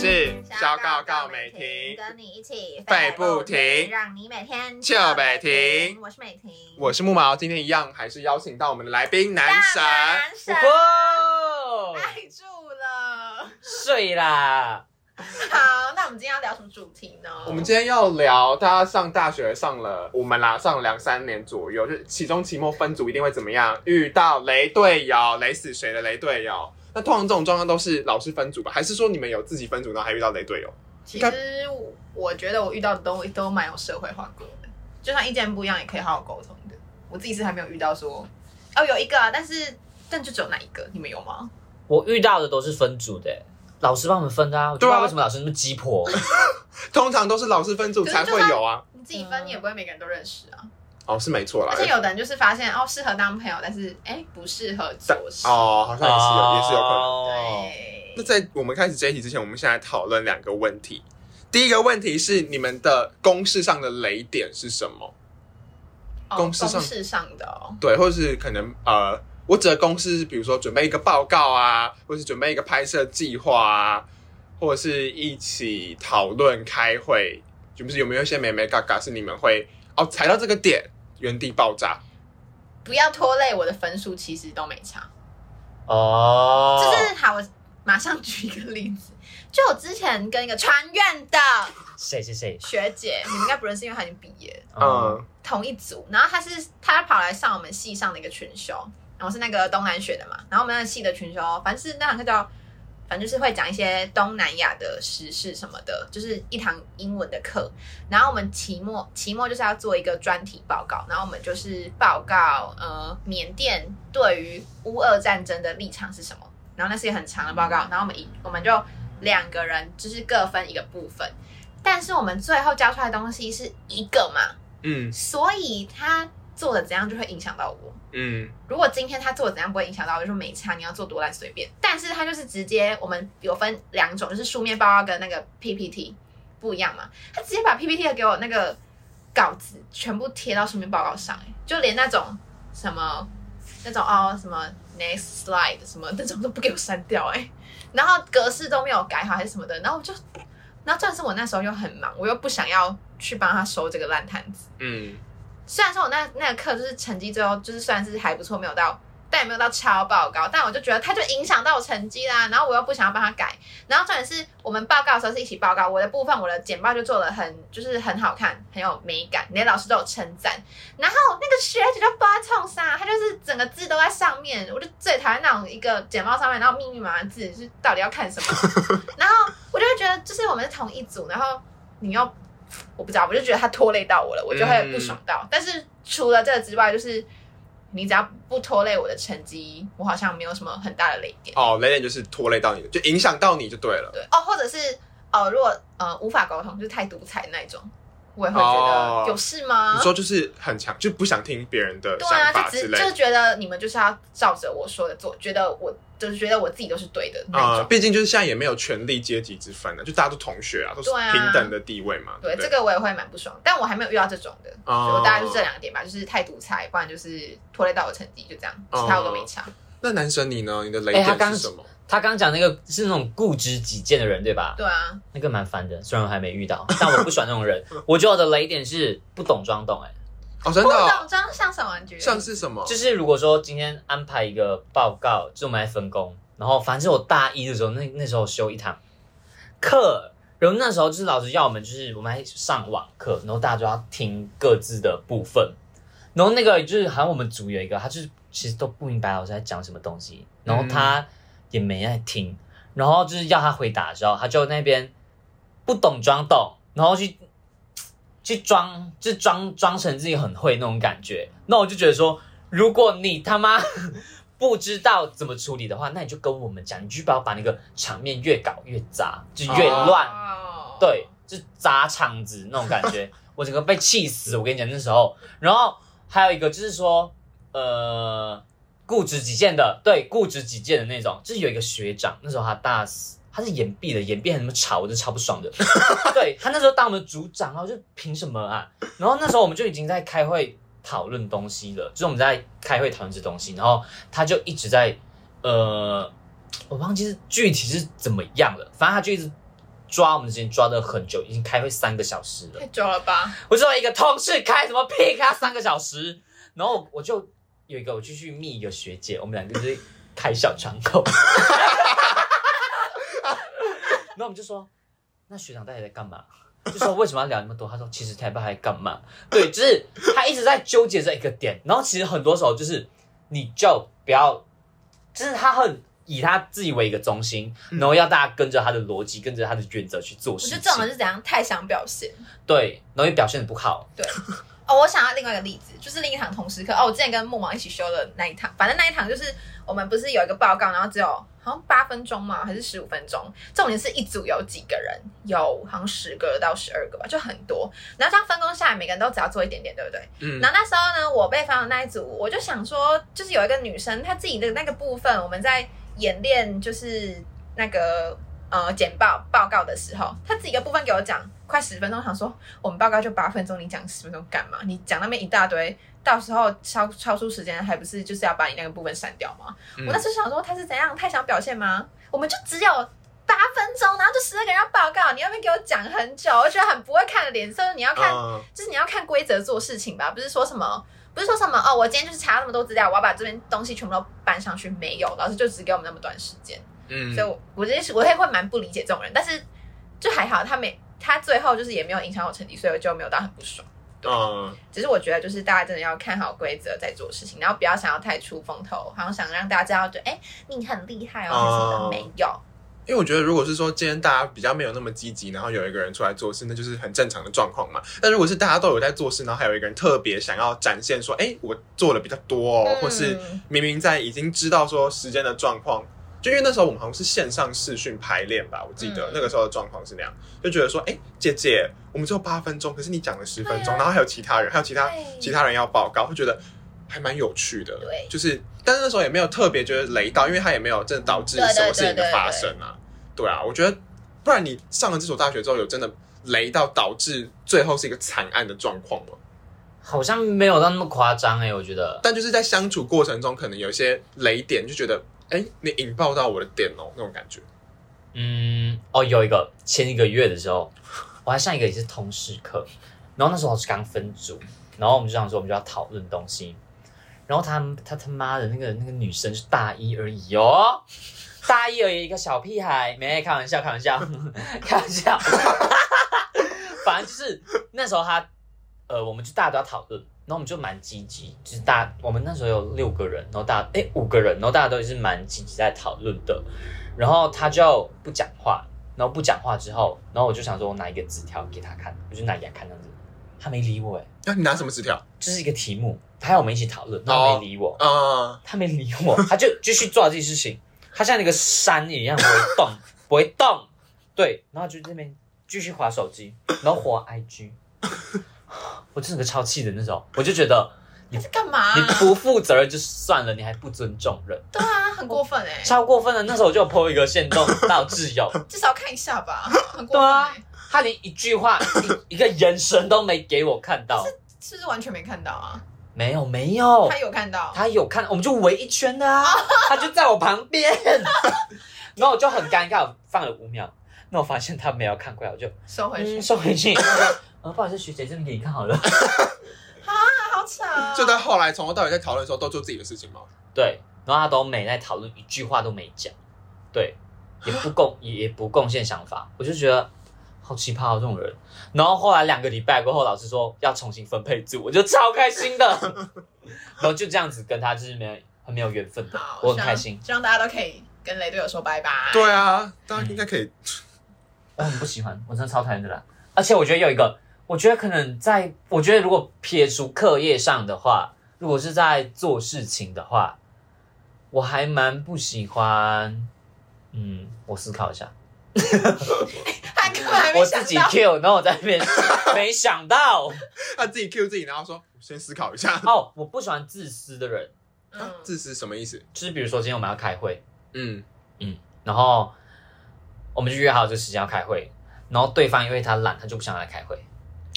小告告美婷跟你一起废不停让你每天就美婷我是美婷，我是木毛，今天一样还是邀请到我们的来宾男神，哦大男神哇，爱住了。睡啦！好，那我们今天要聊什么主题呢？我们今天要聊大家上大学上了我们啦，上了两三年左右，就是期中、期末分组一定会怎么样？遇到雷队友，雷死谁的雷队友？那通常这种状况都是老师分组吧，还是说你们有自己分组，然后还遇到雷队友？其实我我觉得我遇到的都都蛮有社会化过的，就算意见不一样，也可以好好沟通的。我自己是还没有遇到说，哦，有一个啊，但是但就只有那一个，你们有吗？我遇到的都是分组的，老师帮我们分的啊。我就不知对啊道为什么老师那么鸡 婆。通常都是老师分组才会有啊。你自己分，你也不会每个人都认识啊。哦，是没错啦而。且有的人就是发现哦，适合当朋友，但是哎、不适合做事。哦，好像也是有，也是有可能。能。对，那在我们开始这一题之前，我们先来讨论两个问题。第一个问题是你们的公式上的雷点是什么？哦公事上公事上的哦，对，或者是可能呃，我指的公式是比如说准备一个报告啊，或是准备一个拍摄计划啊，或者是一起讨论开会，就是有没有一些美美嘎嘎是你们会哦踩到这个点原地爆炸？不要拖累我的分数，其实都没差。哦，就是好，我马上举一个例子，就我之前跟一个传院的谁谁谁？学姐，你们应该不认识，因为她已经毕业了，嗯，同一组。然后她是她跑来上我们系上的一个群修，然后是那个东南学的嘛，然后我们那个系的群修，反正是那堂课叫。反正就是会讲一些东南亚的时事什么的，就是一堂英文的课。然后我们期末期末就是要做一个专题报告，然后我们就是报告呃缅甸对于乌俄战争的立场是什么。然后那是一个很长的报告，然后我们一我们就两个人就是各分一个部分，但是我们最后交出来的东西是一个嘛，嗯所以他做的怎样就会影响到我。嗯，如果今天他做的怎样不会影响到，我就说没差，你要做多烂随便。但是他就是直接，我们有分两种，就是书面报告跟那个 PPT 不一样嘛。他直接把 PPT 的给我那个稿子全部贴到书面报告上、欸，就连那种什么那种哦什么 next slide 什么那种都不给我删掉、欸，哎，然后格式都没有改好还是什么的，然后我就，然后重点是我那时候又很忙，我又不想要去帮他收这个烂摊子。嗯，虽然说我那那个课就是成绩最后就是算是还不错，没有到，但也没有到超报告，但我就觉得它就影响到我成绩啦，然后我又不想要帮他改，然后重点是我们报告的时候是一起报告，我的部分我的简报就做的很就是很好看，很有美感，连老师都有称赞，然后那个学姐就不知道在冲啥，她就是整个字都在上面，我就最讨厌那种一个简报上面然后密密麻麻的字，就是到底要看什么，然后我就会觉得就是我们是同一组，然后你又。我不知道，我就觉得他拖累到我了，我就会不爽到。但是除了这个之外，就是你只要不拖累我的成绩，我好像没有什么很大的雷点。哦，雷点就是拖累到你，就影响到你就对了。对哦，或者是哦，如果呃无法沟通，就是太独裁那一种，我也会觉哦得、有事吗你？说就是很强，就不想听别人的啊对想啊，就法只之是类就是的。觉得你们就是要照着我说的做，觉得我就是觉得我自己都是对的那一啊，种。毕竟就是现在也没有权力阶级之分了，就大家都同学啊，都是对啊平等的地位嘛。对，不这个我也会蛮不爽，但我还没有遇到这种的，哦所以我大概就是这两个点吧，就是太独裁，不然就是拖累到我成绩，就这样，其他我都没啊差。那男神你呢？你的雷哎他点刚是什么？他刚讲那个是那种固执己见的人，对吧？对啊，那个蛮烦的，虽然我还没遇到，但我不喜欢那种人。我觉得我的雷点是不懂装懂、哎，哦，真不的懂哦，装像什么？你觉得像是什么？就是如果说今天安排一个报告，就我们来分工，然后反正我大一的时候，那那时候修一堂课，然后那时候就是老师要我们就是我们还上网课，然后大家就要听各自的部分，然后那个就是好像我们组有一个，他就是其实都不明白老师在讲什么东西，然后他也没在听，然后就是要他回答的时候，他就那边不懂装懂，然后去去装，就装装成自己很会那种感觉。那我就觉得说，如果你他妈 不知道怎么处理的话，那你就跟我们讲，你就不要把那个场面越搞越杂，就越乱，哦对，就砸场子那种感觉，我整个被气死。我跟你讲那时候，然后还有一个就是说，呃，固执己见的，对，固执己见的那种，就是有一个学长，那时候他大四，他是延毕的，延毕还怎么吵，我就超不爽的。 对他那时候当我们组长，然后就凭什么啊？然后那时候我们就已经在开会讨论东西了，就是我们在开会讨论这东西，然后他就一直在呃，我忘记是具体是怎么样了，反正他就一直抓我们之前抓的很久，已经开会三个小时了太。久了吧？我知道一个同事开什么屁，开三个小时，然后我就有一个我就去密一个学姐，我们两个就是开小窗口，然后我们就说，那学长到底在干嘛？就说为什么要聊那么多？他说其实台北还干嘛？对，就是他一直在纠结这一个点，然后其实很多时候就是你就不要，就是他很。以他自己为一个中心，然后要大家跟着他的逻辑，跟着他的原则去嗯做我事觉情。得这种人是怎样太想表现。对，然后也表现的不好。哦，我想要另外一个例子，就是另一堂同时课哦，我之前跟木王一起修的那一堂，反正那一堂就是我们不是有一个报告，然后只有好像八分钟嘛，还是十五分钟，重点是一组有几个人，有好像十个到十二个吧，就很多。然后这样分工下来，每个人都只要做一点点，对不对？嗯然后那时候呢，我被访的那一组，我就想说，就是有一个女生，她自己的那个部分，我们在演练就是那个呃简报报告的时候，她自己的部分给我讲快十分钟，我想说我们报告就八分钟，你讲十分钟干嘛？你讲那边一大堆，到时候超超出时间，还不是就是要把你那个部分删掉吗？嗯我那时候想说她是怎样太想表现吗？我们就只有八分钟，然后就十二个人要报告，你要不要给我讲很久？我觉得很不会看的脸色，你要看嗯就是你要看规则做事情吧，不是说什么，不是说什么哦，我今天就是查那么多资料，我要把这边东西全部都搬上去，没有，老师就只给我们那么短时间，嗯所以我我这是我也会蛮不理解这种人，但是就还好，他没他最后就是也没有影响我成绩，所以我就没有到很不爽。嗯只是我觉得就是大家真的要看好规则再做事情，然后不要想要太出风头，好像想让大家知道，就哎、你很厉害哦，还是什么哦没有，因为我觉得，如果是说今天大家比较没有那么积极，然后有一个人出来做事，那就是很正常的状况嘛。但如果是大家都有在做事，然后还有一个人特别想要展现说，哎、我做的比较多哦，或是嗯明明在已经知道说时间的状况，就因为那时候我们好像是线上视讯排练吧，我记得、嗯那个时候的状况是那样，就觉得说，哎、姐姐，我们只有八分钟，可是你讲了十分对钟，啊然后还有其他人，还有其他对其他人要报告，会觉得还蛮有趣的，对就是，但是那时候也没有特别觉得雷到，因为他也没有真的导致对对什么事情对的对发生啊，对啊，我觉得，不然你上了这所大学之后，有真的雷到导致最后是一个惨案的状况吗？好像没有到那么夸张哎，我觉得。但就是在相处过程中，可能有一些雷点，就觉得哎、诶你引爆到我的点哦，那种感觉。嗯，哦，有一个前一个月的时候，我还上一个也是通识课，然后那时候我是刚分组，然后我们就想说我们就要讨论东西，然后他他他妈的那个那个女生是大一而已哦，大一而已一个小屁孩，没开玩笑开玩笑开玩笑， 反正就是那时候他呃，我们就大家都要讨论，然后我们就蛮积极，就是大我们那时候有六个人，然后大哎五个人，然后大家都是蛮积极在讨论的，然后他就不讲话，然后不讲话之后，然后我就想说我拿一个纸条给他看，我就拿给他看这样子，他没理我哎，那、啊你拿什么纸条这是一个题目，他要我们一起讨论，然后他没理我，啊？他没理我，他就继续做自己事情，他像那个山一样不会动，不会动，对，然后就这边继续划手机，然后划 IG，我真的超气的那种，我就觉得他在干嘛你？不负责任就算了，你还不尊重人，对啊，很过分哎、超过分了。那时候我就有 po 一个线动到挚友，至少看一下吧，很过对分、啊欸，，他连一句话、一一个眼神都没给我看到，是不是完全没看到啊？没有没有他，有看到，哦他有看，我们就围一圈的啊，他就在我旁边， 然后我就很尴尬，我放了五秒，那我发现他没有看过来，我就收回去嗯。收回去，然 后我就呃不好意思，学姐这边给你看好了，啊，好扯啊！就到后来从头到尾在讨论的时候，都做自己的事情吗？对，然后他都没在讨论，一句话都没讲，对，也不贡也也不贡献想法，我就觉得。好奇葩哦，这种人。然后后来两个礼拜过后，老师说要重新分配组，我就超开心的。然后就这样子跟他就是没有很没有缘分的好，，我很开心希望，。希望大家都可以跟雷队友说拜拜。对啊，大家应该可以。我很不喜欢，我真的超讨厌的啦。而且我觉得有一个，我觉得可能在，我觉得如果撇除课业上的话，如果是在做事情的话，我还蛮不喜欢。嗯，我思考一下，他根本还没我想自己到， Q，然后我在那边 没想到他自己 Q 自己，然后说我先思考一下，哦，我不喜欢自私的人，嗯，自私什么意思？就是比如说今天我们要开会，嗯然后我们就约好这个时间要开会，然后对方因为他懒，他就不想来开会。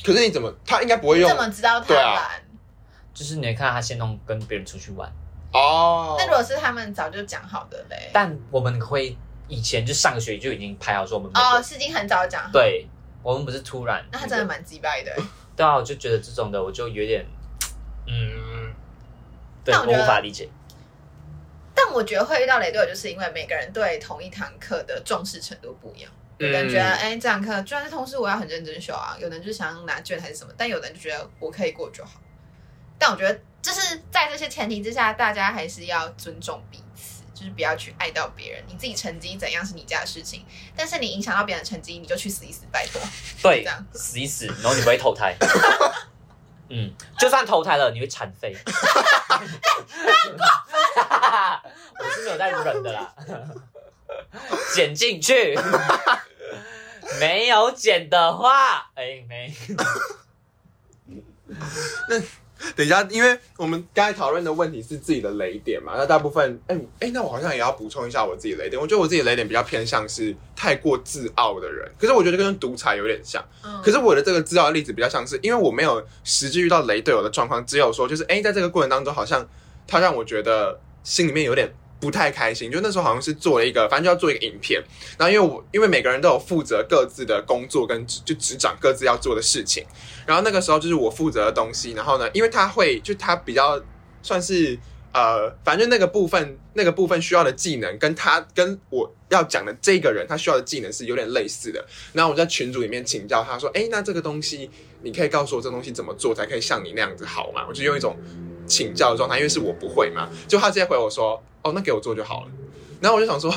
可是你怎么，他应该不会你用怎么知道他对啊懒？就是你会看到他先弄跟别人出去玩，哦那。如果是他们早就讲好的嘞，但我们会以前就上个学期就已经排好说我们每个哦，是已经很早讲好，对，我们不是突然，那他真的蛮鸡掰的欸。对啊，我就觉得这种的我就有点，嗯，对但我我觉得无法理解。但我觉得会遇到雷队友，就是因为每个人对同一堂课的重视程度不一样。有的人觉得，嗯哎、这堂课就算是通识，我要很认真修啊。有的人就想拿卷还是什么，但有的人就觉得我可以过就好。但我觉得，就是在这些前提之下，大家还是要尊重彼此，就是不要去爱到别人。你自己成绩怎样是你家的事情，但是你影响到别人的成绩，你就去死一死，拜托。对这样，死一死，然后你不会投 胎。嗯，就算投胎了，你会残废。 我是没有在忍的啦，剪进去。 没有剪的话，哎、没 等一下，因为我们刚才讨论的问题是自己的雷点嘛，那大部分，哎、哎、那我好像也要补充一下我自己雷点。我觉得我自己雷点比较偏向是太过自傲的人，可是我觉得跟独裁有点像。嗯，可是我的这个自傲的例子比较像是，因为我没有实际遇到雷队友的状况，只有说就是，哎、在这个过程当中，好像他让我觉得心里面有点不太开心。就那时候好像是做了一个，反正就要做一个影片，然后因为我因为每个人都有负责各自的工作跟职就执掌各自要做的事情，然后那个时候就是我负责的东西，然后呢，因为他会就他比较算是。呃，反正那个部分，那个部分需要的技能，跟他跟我要讲的这个人他需要的技能是有点类似的，然后我在群组里面请教他说：“哎，那这个东西，你可以告诉我这东西怎么做才可以像你那样子好吗？”我就用一种请教的状态，因为是我不会嘛。就他直接回我说：“哦，那给我做就好了。”然后我就想说，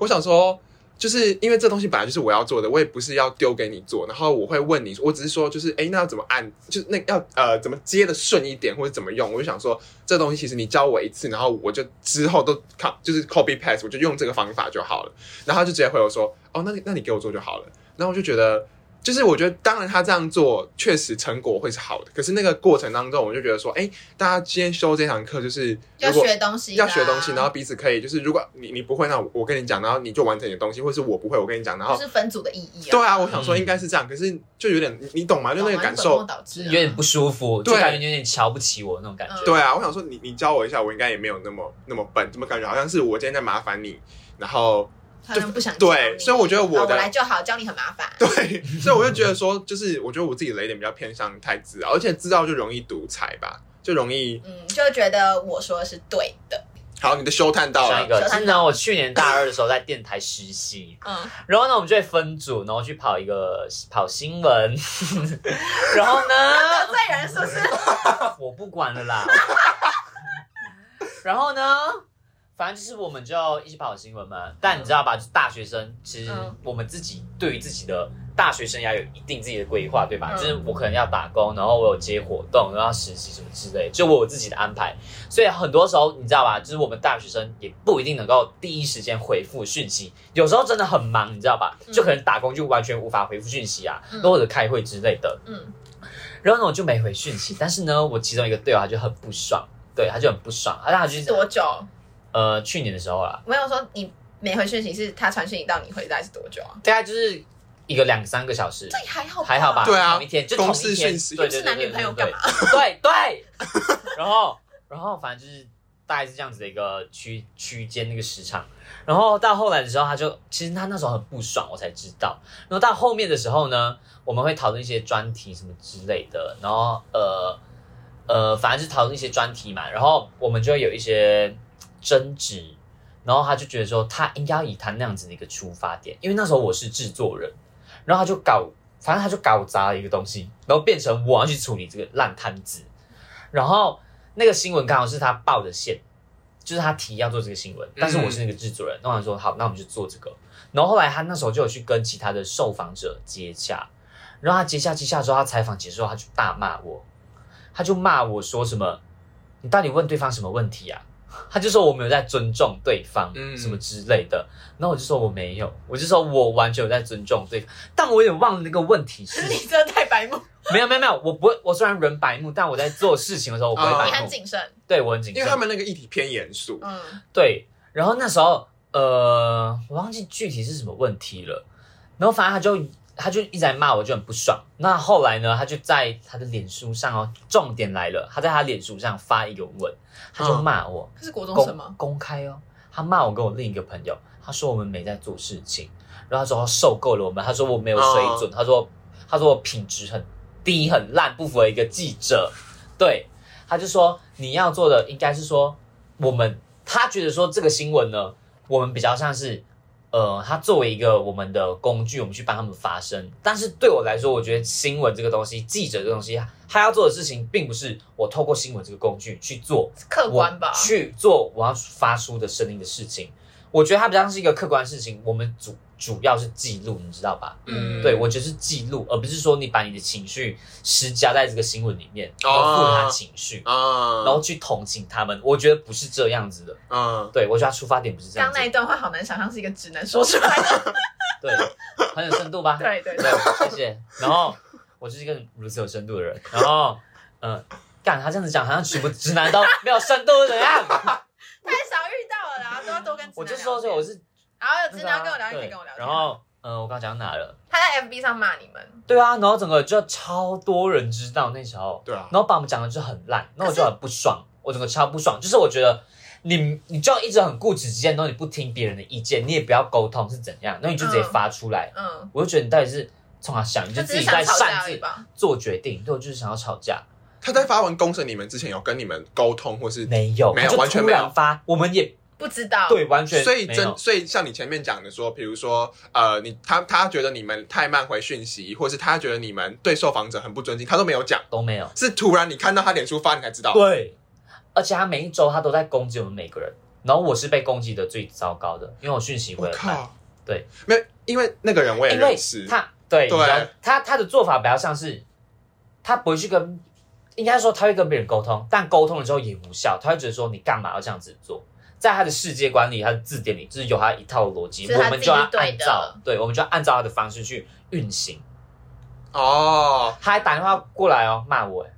我想说，就是因为这东西本来就是我要做的，我也不是要丢给你做。然后我会问你，我只是说，就是哎，那要怎么按，就是那要呃怎么接的顺一点，或者怎么用？我就想说，这东西其实你教我一次，然后我就之后都 cop 就是 copy paste，我就用这个方法就好了。然后他就直接回我说：“哦，那你那你给我做就好了。”然后我就觉得，就是我觉得，当然他这样做确实成果会是好的，可是那个过程当中，我就觉得说，哎，大家今天修这堂课就是要如果学东西的要啊，学东西，然后彼此可以就是，如果你你不会，那我我跟你讲，然后你就完成你的东西，或是我不会，我跟你讲，然后就是分组的意义啊。啊对啊，我想说嗯应该是这样，可是就有点你你懂吗？就那个感受，就就是有点不舒服，就对感觉有点瞧不起我那种感觉。嗯对啊，我想说你你教我一下，我应该也没有那么那么笨，怎么感觉好像是我今天在麻烦你，然后他们不想对教你所以我觉得我啊的我来就好，教你很麻烦。对，所以我就觉得说，就是我觉得我自己雷点比较偏向太自傲，而且自傲就容易独裁吧，就容易嗯，就会觉得我说的是对的。好，你的修探到像一了，个，是呢，我去年大二的时候在电台实习， 嗯，然后呢，我们就会分组，然后去跑一个跑新闻， 然后呢，罪人是不是？ 我不管 了啦。然后呢，反正就是我们就一起跑新闻嘛。但你知道吧，就是大学生其实嗯我们自己对于自己的大学生涯有一定自己的规划，对吧？嗯就是我可能要打工，然后我有接活动，然后要实习什么之类，就我有自己的安排。所以很多时候，你知道吧，就是我们大学生也不一定能够第一时间回复讯息，有时候真的很忙，你知道吧？嗯就可能打工就完全无法回复讯息啊，嗯或者开会之类的。嗯，然后呢，我就没回讯息，但是呢，我其中一个队友他就很不爽，对，他就很不爽，他他就是多久？呃去年的时候啦，没有说你没回讯息，是他传讯息到你回，大概是多久啊？大概就是一个两三个小时这，也还好，还好吧？对啊同一天就同一公天司讯息对不对是对男对女朋友对干对嘛？对对，然后然后反正就是大概是这样子的一个区区间那个时长，然后到后来的时候，他就其实他那时候很不爽，我才知道。然后到后面的时候呢，我们会讨论一些专题什么之类的，然后呃呃，反正就是讨论一些专题嘛，然后我们就会有一些争执。然后他就觉得说，他应该要以他那样子的一个出发点，因为那时候我是制作人，然后他就搞，反正他就搞砸了一个东西，然后变成我要去处理这个烂摊子。然后那个新闻刚好是他报的线，就是他提要做这个新闻，但是我是那个制作人，那我想说好，那我们就做这个。然后后来他那时候就有去跟其他的受访者接洽，然后他接洽接洽之后，他采访结束后，他就大骂我，他就骂我说什么，你到底问对方什么问题啊？他就说我没有在尊重对方，嗯什么之类的。然后我就说我没有，我就说我完全有在尊重对方，但我有点忘了那个问题是你真的太白目， 没有没有没有，我不会，我虽然人白目，但我在做事情的时候我不会哦你白很目，谨慎。对我很谨因慎为他。们那个议题偏严肃，嗯，对，然后那时候呃，我忘记具体是什么问题了，然后反正他就他就一直在骂我，就很不爽。那后来呢，他就在他的脸书上哦，重点来了，他在他脸书上发一个文，他就嗯骂我，可是国中公生吗？公开哦，他他骂我跟我另一个朋友，他说我们没在做事情，然后他说他受够了我们，他说我没有水准，他说他说我品质很低很烂，不符合一个记者。对，他就说你要做的应该是说我们，他觉得说这个新闻呢，我们比较像是。呃，它作为一个我们的工具，我们去帮他们发声。但是对我来说，我觉得新闻这个东西，记者这个东西，他要做的事情，并不是我透过新闻这个工具去做客我观吧？去做我要发出的声音的事情。我觉得它比较像是一个客观的事情，我们主主要是记录，你知道吧？嗯，对，我觉得是记录，而不是说你把你的情绪施加在这个新闻里面，哦然后赋予它情绪，哦啊，然后去同情他们。我觉得不是这样子的，嗯，对我觉得它出发点不是这刚样刚子那一，段话好难想象是一个直男说出来 的，对，很有深度吧？ 对对对，对，谢谢。然后我就是一个如此有深度的人。然后，嗯、干他这样子讲，好像全部直男都没有深度是 怎样？太少遇到了啦，都要多跟直男我就聊说，天所以我是然 后有直那个男啊跟我聊天，可以对跟我聊天。然后，嗯、我刚刚讲到哪了？他在 FB 上骂你们，对啊，然后整个就超多人知道那时候，对啊，然后把我们讲的就很烂，那我可就很 不爽，我整个超不爽，就是我觉得。你你就要一直很固执己见，然后你不听别人的意见，你也不要沟通是怎样，那你就直接嗯发出来。嗯，我就觉得你到底是从哪想，你就他只自是己想在吵架擅而已自吧？做决定。对，我就是想要吵架。他在发文公审你们之前，有跟你们沟通或是，没有，没有他就完全没有突然发，我们也不知道，对，完全所以没真有。所以像你前面讲的说，比如说呃，你他他觉得你们太慢回讯息，或是他觉得你们对受访者很不尊敬，他都没有讲，都没有。是突然你看到他脸书发，你才知道。对，而且他每一周他都在攻击我们每个人，然后我是被攻击的最糟糕的，因为我讯息我回很慢，靠，对，没有，因为那个人我也因为认识，他对，你对知道他他的做法比较像是，他不会去跟，应该说他会跟别人沟通，但沟通了之后也无效，他会觉得说你干嘛要这样子做。在他的世界观里，他的字典里，就是有他一套逻辑，是他我们自己就要是对按的照，对，我们就要按照他的方式去运行。哦，他还打电话过来哦，骂我，哎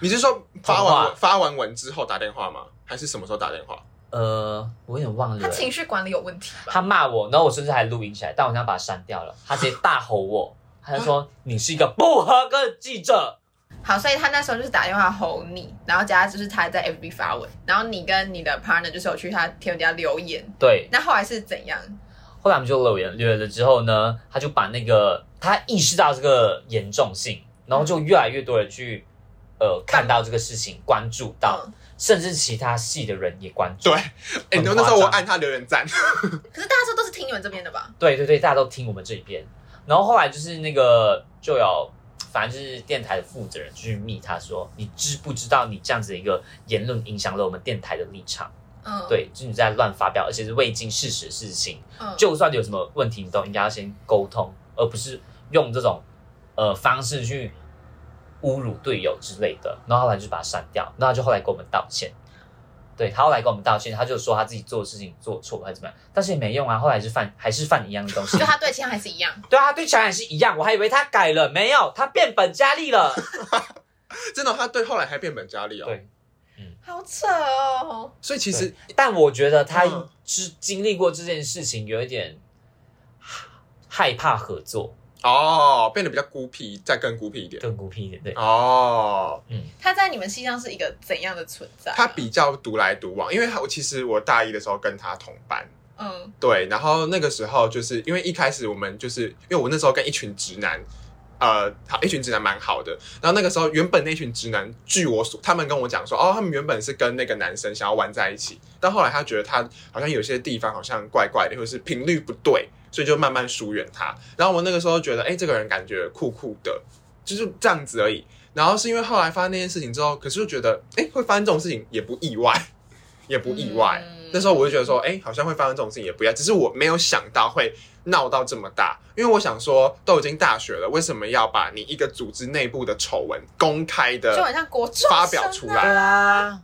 你是说发完通话文发完文之后打电话吗？还是什么时候打电 话？呃，我有点忘了欸、他情绪管理有问题吧？他骂我，然后我甚至还录音起来，但我想把它删掉了。他直接大吼我，他就啊说：“你是一个不合格的记者。好，所以他那时候就是打电话吼你，然后加上就是他在 FB 发文，然后你跟你的 partner 就是有去他贴文家留言，”对，那后来是怎样？后来我们就留言留言了之后呢，他就把那个他意识到这个严重性，然后就越来越多人去呃嗯看到这个事情，关注到，嗯，甚至其他系的人也关注。对，哎、很那夸张那时候我按他留言赞， 可是大家说都是听你们这边的吧？对对对，大家都听我们这一边。然后后来就是那个就有，反正就是电台的负责人去密他说，你知不知道你这样子的一个言论影响了我们电台的立场？嗯，，对，就是你在乱发表，而且是未经事实的事情。嗯，就算有什么问题，你都应该要先沟通，而不是用这种呃方式去侮辱队友之类的。然后后来就把他删掉，然后他就后来跟我们道歉。对他后来跟我们道歉，他就说他自己做的事情做错了还是怎么样，但是也没用啊，后来是犯还是犯一样的东西就。他对其他还是一样，对啊，他对小冉是一样，我还以为他改了，没有，他变本加 厉了。真的，他对后来还变本加厉哦。对，好扯哦。所以其实但我觉得他嗯是经历过这件事情，有一点害怕合作，哦，变得比较孤僻，再更孤僻一点。更孤僻一点。对，哦，嗯，他在你们系上是一个怎样的存在啊？他比较独来独往，因为他我其实我大一的时候跟他同班，嗯对，然后那个时候就是因为一开始我们就是因为我那时候跟一群直男，呃，好一群直男蛮好的。然后那个时候原本那群直男，据我所他们跟我讲说，哦，他们原本是跟那个男生想要玩在一起，但后来他觉得他好像有些地方好像怪怪的，或是频率不对，所以就慢慢疏远他。然后我那个时候觉得，哎，这个人感觉酷酷的，就是这样子而已。然后是因为后来发生那件事情之后，可是就觉得，哎，会发生这种事情也不意外，也不意外。嗯那时候我就觉得说，哎、好像会发生这种事情也不一样，只是我没有想到会闹到这么大，因为我想说都已经大学了，为什么要把你一个组织内部的丑闻公开就很的？像国中生啊哎发表出来对啊，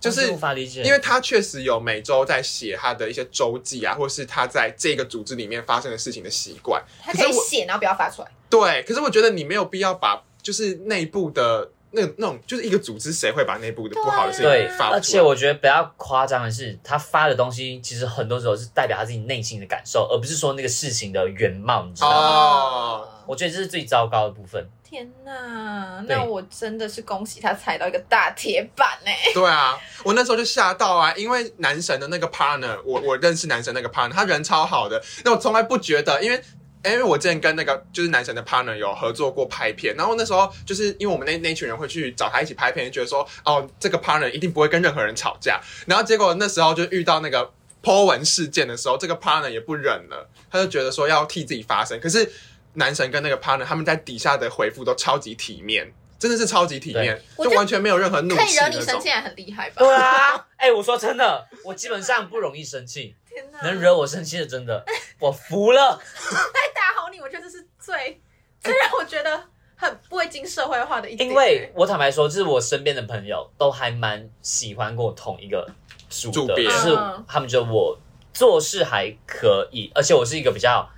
就是无法理解，因为他确实有每周在写他的一些周记啊，或是他在这个组织里面发生的事情的习惯。他可可以是我写，然后不要发出来。对，可是我觉得你没有必要把就是内部的那那种，就是一个组织谁会把内部的不好的事对情发出来？而且我觉得比较夸张的是，他发的东西其实很多时候是代表他自己内心的感受，而不是说那个事情的原貌，你知道吗？哦，我觉得这是最糟糕的部分。天哪，对那我真的是恭喜他踩到一个大铁板欸呢、对啊，我那时候就吓到啊，因为男神的那个 partner，我我认识男神那个 partner，他人超好的，那我从来不觉得，因为。因为我之前跟那个就是男神的 partner 有合作过拍片，然后那时候就是因为我们那那群人会去找他一起拍片，就觉得说哦，这个 partner 一定不会跟任何人吵架。然后结果那时候就遇到那个 Po 文事件的时候，这个 partner 也不忍了，他就觉得说要替自己发声。可是男神跟那个 partner 他们在底下的回复都超级体面，真的是超级体面，我就就完全没有任何怒气可以惹你那生种气还很厉害吧？对啊， 哎、我说真的，我基本上不容易生气，天哪，能惹我生气的真的， 我服了。来打吼你，我觉得这是最最让我觉得很不会经社会化的一点、因为我坦白说，就是我身边的朋友都还蛮喜欢跟我同一个组组的，别就是嗯他们觉得我做事还可以，而且我是一个比较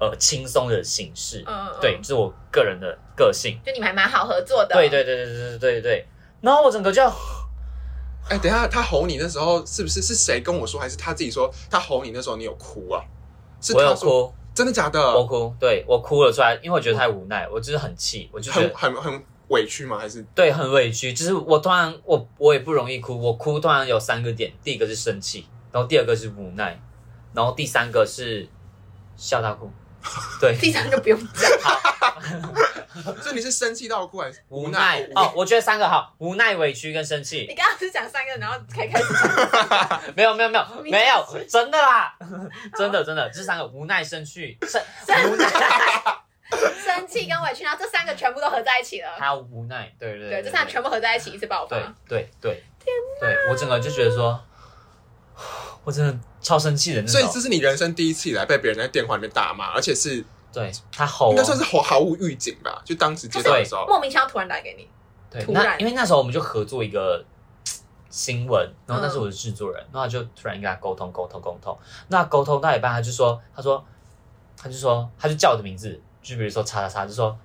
呃轻松的形式，嗯，嗯对，，是我个人的个性。就你们还蛮好合作的，对对对对对对对对。然后我整个就哎、等一下，他吼你那时候是不是是谁跟我说，还是他自己说他吼你那时候你有哭啊？是我有他说哭，真的假我的？哭，对我哭了出来，因为我觉得太无奈，我就是很气，我就觉很得很很委屈吗？还是对很委屈，就是我突然我我也不容易哭，我哭突然有三个点，第一个是生气，然后第二个是无奈，然后第三个是笑到哭，对，第三个不用讲，所以你是生气到哭还是无奈奈？哦，我觉得三个好，无奈、委屈跟生气你，刚刚是讲三个，然后才开始讲，没有没有没有明明没有是，真的啦，真的真的，这三个无奈、生气、生无奈， 生气跟委屈，然后这三个全部都合在一起了。还有无奈，对对对，这三个全部合啊在一起一次爆发对。对对，对我整个就觉得说， 我真的超生气的那所以这种。是你人生第一次以来被别人在电话里面大骂，而且是应对他吼我，该算是毫毫无预警吧？就当时接到的时候，莫名其妙突然打给你，对，突那然因为那时候我们就合作一个嘖新闻，然后那嗯时候我是制作人，然后就突然跟他沟通沟通沟通，那沟通到一半，他就说，他说，他就说，他就叫我的名字，就比如说叉叉叉，就说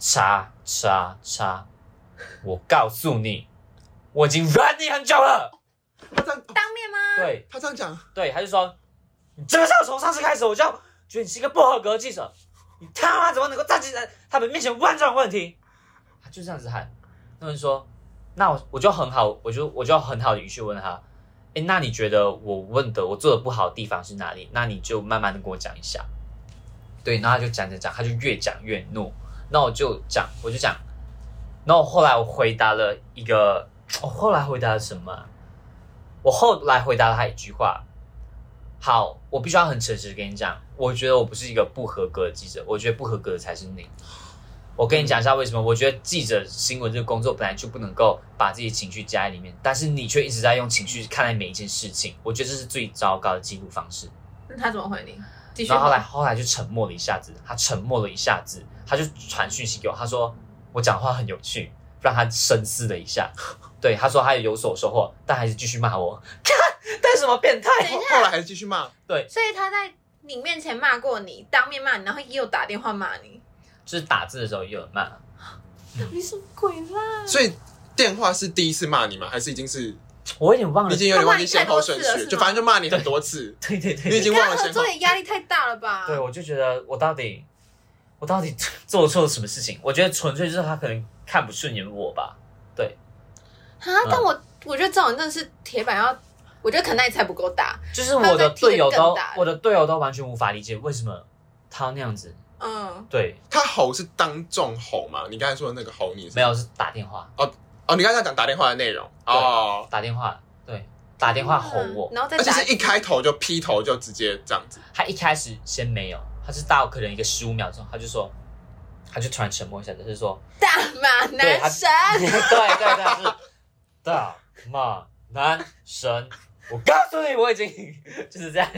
叉叉叉，我告诉你，我已经软你很久了，他这样当面吗？对。他这样讲，对，他就说，你这个是从上次开始我就觉得你是一个不合格的记者，你他妈怎么能够站起来他们面前问这种问题？他就这样子喊，那我就说，那我我就很好，我就我就很好的语气问他，哎，那你觉得我问的我做的不好的地方是哪里？那你就慢慢的跟我讲一下。对，然后他就讲讲讲，他就越讲越怒，那我就讲，我就讲，然后后来我回答了一个，我后来回答了什么啊？我后来回答了他一句话，好，我必须要很诚实地跟你讲，我觉得我不是一个不合格的记者，我觉得不合格的才是你。我跟你讲一下为什么，我觉得记者新闻这个工作本来就不能够把自己的情绪加在里面，但是你却一直在用情绪看待每一件事情，我觉得这是最糟糕的记录方式。那他怎么回你？继续。然后后来后来就沉默了一下子，他沉默了一下子，他就传讯息给我，他说我讲话很有趣，让他深思了一下。 对，他说他也有所收获，但还是继续骂我， 看带什么变态？后后来还继续骂，所以他在你面前骂过你，当面骂你，然后又打电话骂你，就是打字的时候也有人骂。嗯你什么鬼啦？所以电话是第一次骂你吗？还是已经是我有点忘你了已。经有点忘记先后顺嗯他骂你太多次了是序，吗就反正就骂你很多次， 对对对你已对，经跟忘他了合先后作。也压力太大了吧？对我就觉得我到底我到底 做错了什么事情？我觉得纯粹就是他可能看不顺眼我吧。啊，嗯但我我觉得这种真的是铁板要，我觉得可能那一菜不够大，就是我的队友他会踢得更都大我的队友都完全无法理解为什么他要那样子。嗯，对，他吼是当众吼嘛？你刚才说的那个吼你是没有是打电话，哦，你刚才讲打电话的内容哦。打电话，对，打电话吼我嗯。然后再而且打，是一开头就劈头就直接这样子，他一开始先没有，他是到可能一个十五秒钟，他就说，他就突然沉默一下，就 是说，大马对他男神，对对对，是大骂男神。我告诉你，我已经 就是这样。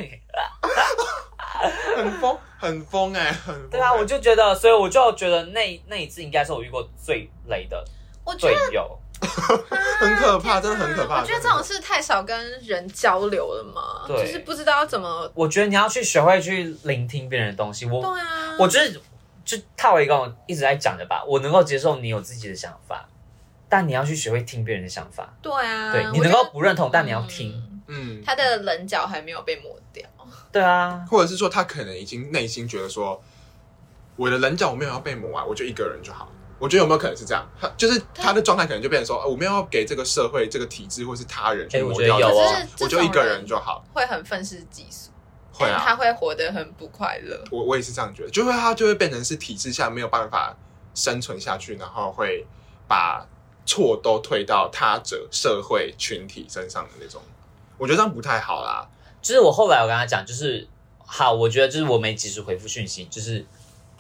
很疯，很疯哎、很疯对啊，欸我就觉得，所以我就觉得那那一次应该是我遇过最雷的我觉队得友。很可怕，真的很可怕。嗯我觉得这种事太少跟人交流了嘛，对就是不知道怎么，我觉得你要去学会去聆听别人的东西。我对啊，我就是就套回刚我一直在讲的吧，我能够接受你有自己的想法，但你要去学会听别人的想法。对啊，对你我觉能得够不认同，但你要听。嗯嗯，他的棱角还没有被磨掉，对啊，或者是说他可能已经内心觉得说，我的棱角我没有要被磨啊，我就一个人就好。我觉得有没有可能是这样？他就是他的状态可能就变成说，呃我没有要给这个社会、这个体制或是他人去哎我磨觉得掉有这哦个可是这我就一种个人人就好。会很愤世嫉俗，会但啊他，会活得很不快乐。我我也是这样觉得，就会他就会变成是体制下没有办法生存下去，然后会把错都推到他者、社会群体身上的那种。我觉得这样不太好啦。就是我后来我跟他讲，就是好，我觉得就是我没及时回复讯息，就是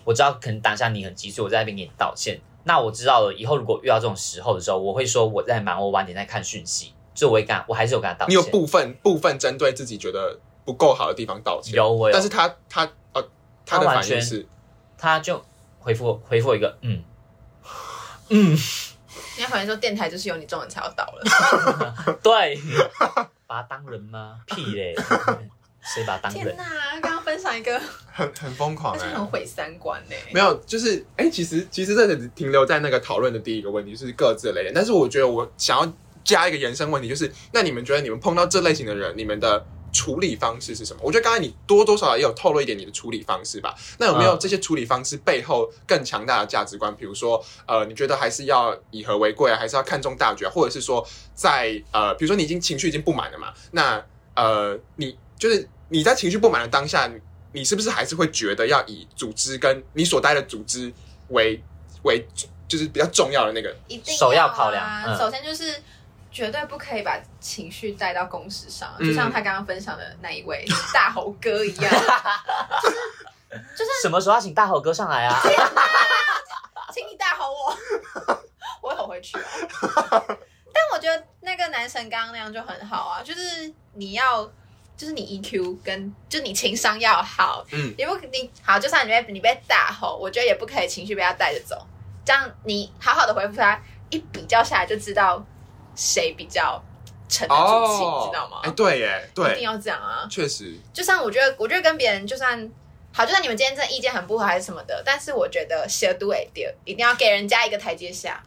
我知道可能当下你很急，所以我在那边给你道歉。那我知道了，以后如果遇到这种时候的时候，我会说我在忙，我晚点再看讯息。就我会跟他，我还是有跟他道歉。你有哦部分部分针对自己觉得不够好的地方道歉，有我有，但是他他呃他的他完反应 全是他就回复我回复我一个 嗯，你要好像说电台就是有你这种人才要倒了， 对，把他当人吗？屁嘞，谁把啊他当天人？哪！刚刚分享一个，很很疯狂、而欸，且很毁三观呢、没有，就是哎、其实其实这里停留在那个讨论的第一个问题就是各自的类型，但是我觉得我想要加一个延伸问题，就是那你们觉得你们碰到这类型的人，你们的处理方式是什么？我觉得刚才你多多少少也有透露一点你的处理方式吧。那有没有嗯这些处理方式背后更强大的价值观？比如说，呃，你觉得还是要以和为贵啊，还是要看重大局啊，或者是说在呃，比如说你已经情绪已经不满了嘛，那呃，你就是你在情绪不满的当下，你你是不是还是会觉得要以组织跟你所待的组织为为就是比较重要的那个？一定首要啊考量嗯首先就是绝对不可以把情绪带到公事上，嗯就像他刚刚分享的那一位大猴哥一样，什么时候要请大猴哥上来啊？请你大吼我， 我会吼回 去、啊。但我觉得那个男神刚刚那样就很好啊，就是你要，就是你 EQ 跟就你情商要好，嗯，你不你好，就算你被你被大吼，我觉得也不可以情绪被他带着走，这样你好好的回复他，一比较下来就知道谁比较沉得住气，你知道吗？哎，对耶，一定对，要这样啊！确实，就像我觉得，我觉得跟别人就算好，就算你们今天真的意见很不合还是什么的，但是我觉得协度哎，一定要给人家一个台阶下，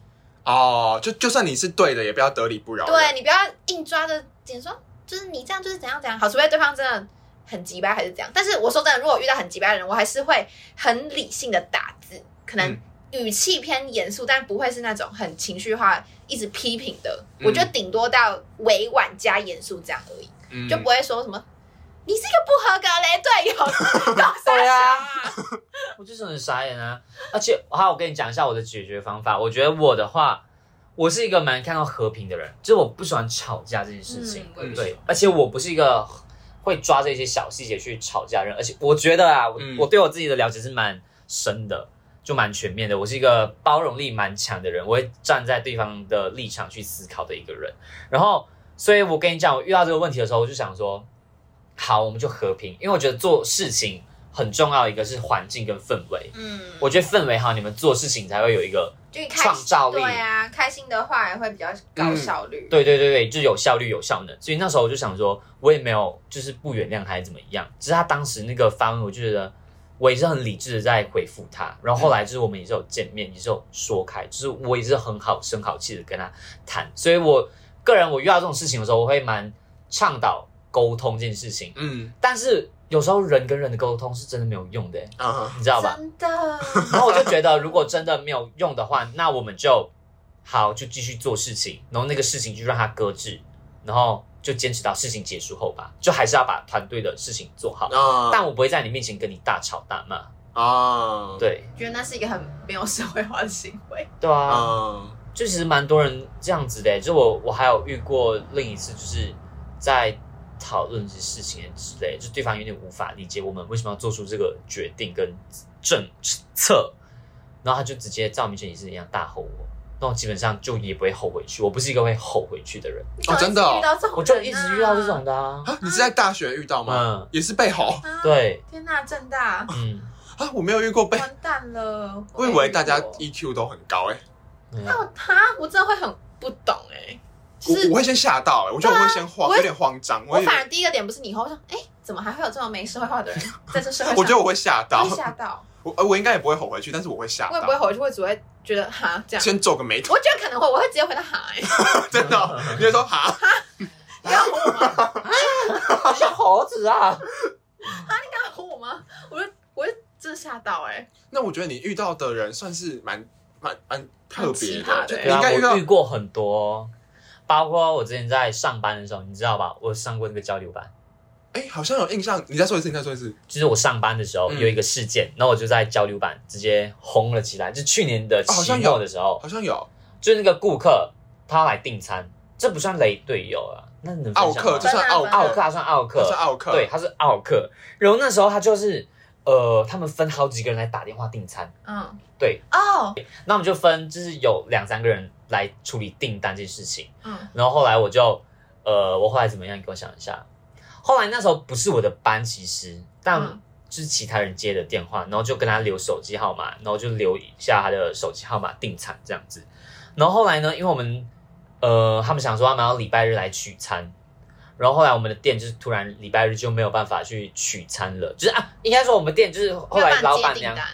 哦，就就算你是对的，也不要得理不饶人。对你不要硬抓着紧说，就是你这样就是怎样怎样好，除非对方真的很急掰还是怎样。但是我说真的，如果遇到很急掰的人，我还是会很理性的打字，可能嗯语气偏严肃，但不会是那种很情绪化一直批评的。嗯我觉得顶多到委婉加严肃这样而已，嗯就不会说什么。你是一个不合格嘞 队友，搞啥对啊啊？我就是很傻眼啊！而且，好，我跟你讲一下我的解决方法。我觉得我的话，我是一个蛮看到和平的人，就是我不喜欢吵架这件事情。嗯我也对，而且我不是一个会抓这些小细节去吵架的人，而且我觉得啊，我、嗯我对我自己的了解是蛮深的，就蛮全面的。我是一个包容力蛮强的人，我会站在对方的立场去思考的一个人。然后，所以我跟你讲，我遇到这个问题的时候，我就想说，好，我们就和平，因为我觉得做事情很重要，一个是环境跟氛围。嗯，我觉得氛围好，你们做事情才会有一个就开创造力对啊，开心的话也会比较高效率。嗯对对对对，就有效率有效能。所以那时候我就想说，我也没有就是不原谅他还是怎么样，只是他当时那个发问，我就觉得我也是很理智的在回复他。然后后来就是我们也是有见面，也是有说开，就是我也是很好声好气的跟他谈。所以我个人我遇到这种事情的时候，我会蛮倡导沟通这件事情，嗯但是有时候人跟人的沟通是真的没有用的，欸啊哈，你知道吧？真的， 然后我就觉得，如果真的没有用的话，那我们就好就继续做事情，然后那个事情就让它搁置，然后就坚持到事情结束后吧，就还是要把团队的事情做好。啊但我不会在你面前跟你大吵大骂，啊，对觉得那是一个很没有社会化的行为。对啊，啊，就其实蛮多人这样子的。欸就我我还有遇过另一次，就是在讨论这些事情之类，就对方有点无法理解我们为什么要做出这个决定跟政策，然后他就直接在我面前也是一样大吼我，那我基本上就也不会吼回去，我不是一个会吼回去的人， 哦真的哦你遇到这种人啊我就一直遇到这种。的啊，啊你是在大学遇到吗？嗯，也是被吼啊，对，天哪，正大嗯，啊，我没有遇过被，完蛋了！我以没遇为大家过 EQ 都很高哎，对那啊我哈，我真的会很不懂哎，就我是我会先吓到哎，我觉得我会先对啊慌，我会有点慌张，我有反点而第一个点不是你吼，我想哎，怎么还会有这种没社会化的人 在这社会上？我觉得我会吓到会，吓到，我呃我应该也不会吼回去，但是我会吓我也不会到，吼，我就啊会只会觉得哈这样。先皱个眉头，我觉得可能会，我会直接回到哈哎，真的哦，你就说哈，你要吼我吗？ 好像猴子啊，你刚刚吼我吗？我就我就真的吓到哎、那我觉得你遇到的人算是蛮蛮蛮特别蛮奇葩的就你对对啊应，该遇到我遇过很多，包括我之前在上班的时候，你知道吧？我上过那个交流班，哎、好像有印象。你再说一次，你再说一次。就是我上班的时候嗯有一个事件，然后我就在交流班直接红了起来。就去年的哦好期像有末的时候，好像有就是那个顾客他来订餐，这不算雷队友啊，那能分享奥吗克，这算奥奥克，他算奥克，他算奥克对，他是奥克。然后那时候他就是呃，他们分好几个人来打电话订餐，嗯，对，哦，那我们就分就是有两三个人来处理订单这件事情。嗯，然后后来我就，呃，我后来怎么样？你给我想一下。后来那时候不是我的班，其实，但嗯就是其他人接的电话，然后就跟他留手机号码，然后就留一下他的手机号码订餐这样子。然后后来呢，因为我们，呃，他们想说他们要礼拜日来取餐，然后后来我们的店就是突然礼拜日就没有办法去取餐了，就是啊，应该说我们店就是后没有来办法老接板订娘单，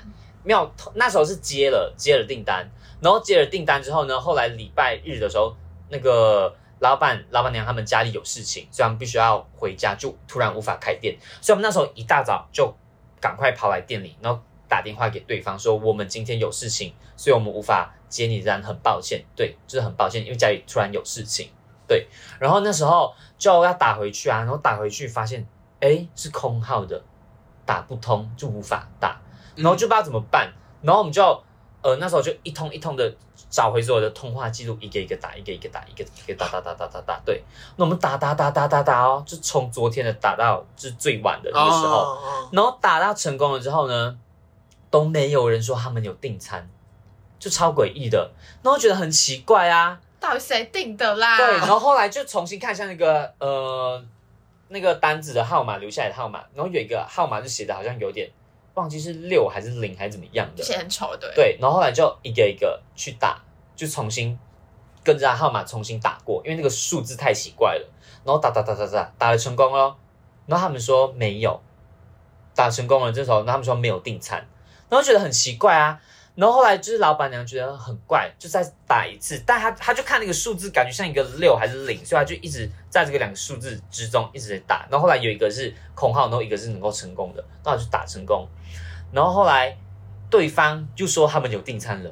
没有，那时候是接了接了订单，然后接了订单之后呢，后来礼拜日的时候，那个老板老板娘他们家里有事情，所以他们必须要回家，就突然无法开店，所以我们那时候一大早就赶快跑来店里，然后打电话给对方说我们今天有事情，所以我们无法接你，这样很抱歉，对，就是很抱歉，因为家里突然有事情，对，然后那时候就要打回去啊，然后打回去发现，哎，是空号的，打不通就无法打。然嗯后就不知道怎么办，然后我们就呃那时候就一通一通的找回所有的通话记录，一个一个打，一个一个打，一个一个打打打打打打，对，那我们打打打打打打哦，就从昨天的打到就是最晚的那个时候，嗯哦然后打到成功了之后呢，都没有人说他们有订餐，就超诡异的，然后觉得很奇怪啊，到底谁订的啦？对，然后后来就重新看一下那个呃那个单子的号码留下来的号码，然后有一个号码就写的好像有点忘记是六还是零还是怎么样的就，写很丑，对，对，然后后来就一个一个去打，就重新跟着他号码重新打过，因为那个数字太奇怪了。然后打打打打打打了成功了，然后他们说没有，打成功了。这时候然后他们说没有订餐，然后觉得很奇怪啊。然后后来就是老板娘觉得很怪，就再打一次，但她她就看那个数字，感觉像一个六还是零，所以她就一直在这个两个数字之中一直在打。然后后来有一个是空号，然后一个是能够成功的，那我就打成功。然后后来对方就说他们有订餐了。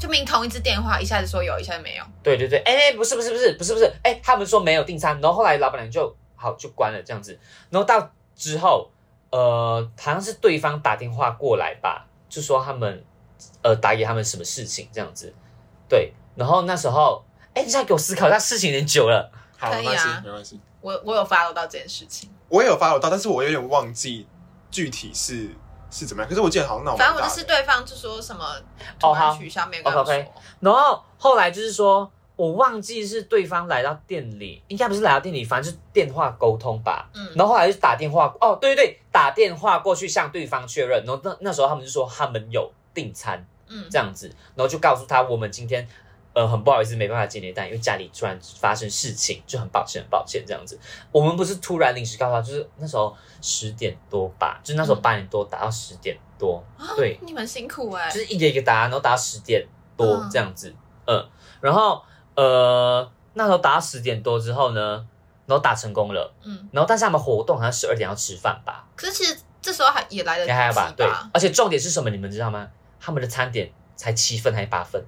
就明同一支电话，一下子说有，一下子没有，对对对，哎、哎不是不是不是不是不是，哎、他们说没有订餐，然后后来老板娘就好就关了这样子，然后到之后，呃，好像是对方打电话过来吧，就说他们呃打给他们什么事情这样子，对，然后那时候，哎、你现在给我思考一下，事情有点久了，好，可没以关系啊，没关系。我我有 follow 到这件事情，我也有发我到，但是我有点忘记具体是是怎么样。可是我记得好像那我反正蛮大我就是的对方就说什么突哦好哦然取消，没有跟我 OK，OK 说，然后后来就是说我忘记是对方来到店里，应该不是来到店里，反正就是电话沟通吧，嗯，然后后来就打电话，哦，对对对，打电话过去向对方确认，然后那那时候他们就说他们有订餐嗯这样子，然后就告诉他我们今天呃很不好意思没办法接你的单，因为家里突然发生事情，就很抱歉很抱歉这样子。我们不是突然临时告诉他，就是那时候十点多吧，就是那时候嗯八点多打到十点多，啊对你们辛苦哎、就是一个一个打，然后打到十点多嗯这样子，嗯，然后呃那时候打到十点多之后呢，然后打成功了。嗯，然后但是他们活动好像十二点要吃饭吧，可是其实这时候还也来得及应该还有吧？对，而且重点是什么？你们知道吗？他们的餐点才七分还是八哦分，